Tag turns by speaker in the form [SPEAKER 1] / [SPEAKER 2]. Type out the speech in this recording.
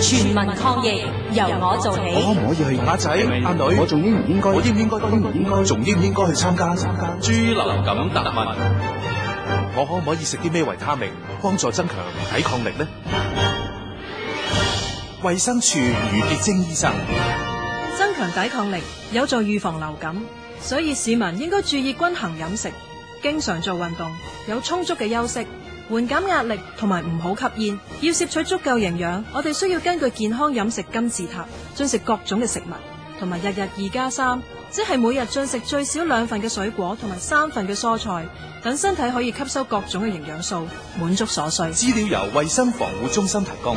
[SPEAKER 1] 全民抗疫，由我做起。
[SPEAKER 2] 我可唔可以去？
[SPEAKER 3] 阿仔、阿女，
[SPEAKER 2] 我仲應唔應該？
[SPEAKER 3] 我應唔應該？
[SPEAKER 2] 應唔應該？
[SPEAKER 3] 仲應唔應該去參加？
[SPEAKER 2] 參加
[SPEAKER 4] 豬流感特問，
[SPEAKER 3] 我可唔可以食啲咩維他命，幫助增強抵抗力呢？衛生署余潔貞醫生，
[SPEAKER 5] 增強抵抗力有助預防流感，所以市民應該注意均衡飲食，經常做運動，有充足嘅休息，緩減壓力同埋唔好吸煙。要攝取足夠營養，我哋需要根據健康飲食金字塔進食各種嘅食物，同埋日日二加三，即係每日進食最少兩份嘅水果同埋三份嘅蔬菜，等身體可以吸收各種嘅營養素，滿足所需。
[SPEAKER 3] 資料由衛生防護中心提供。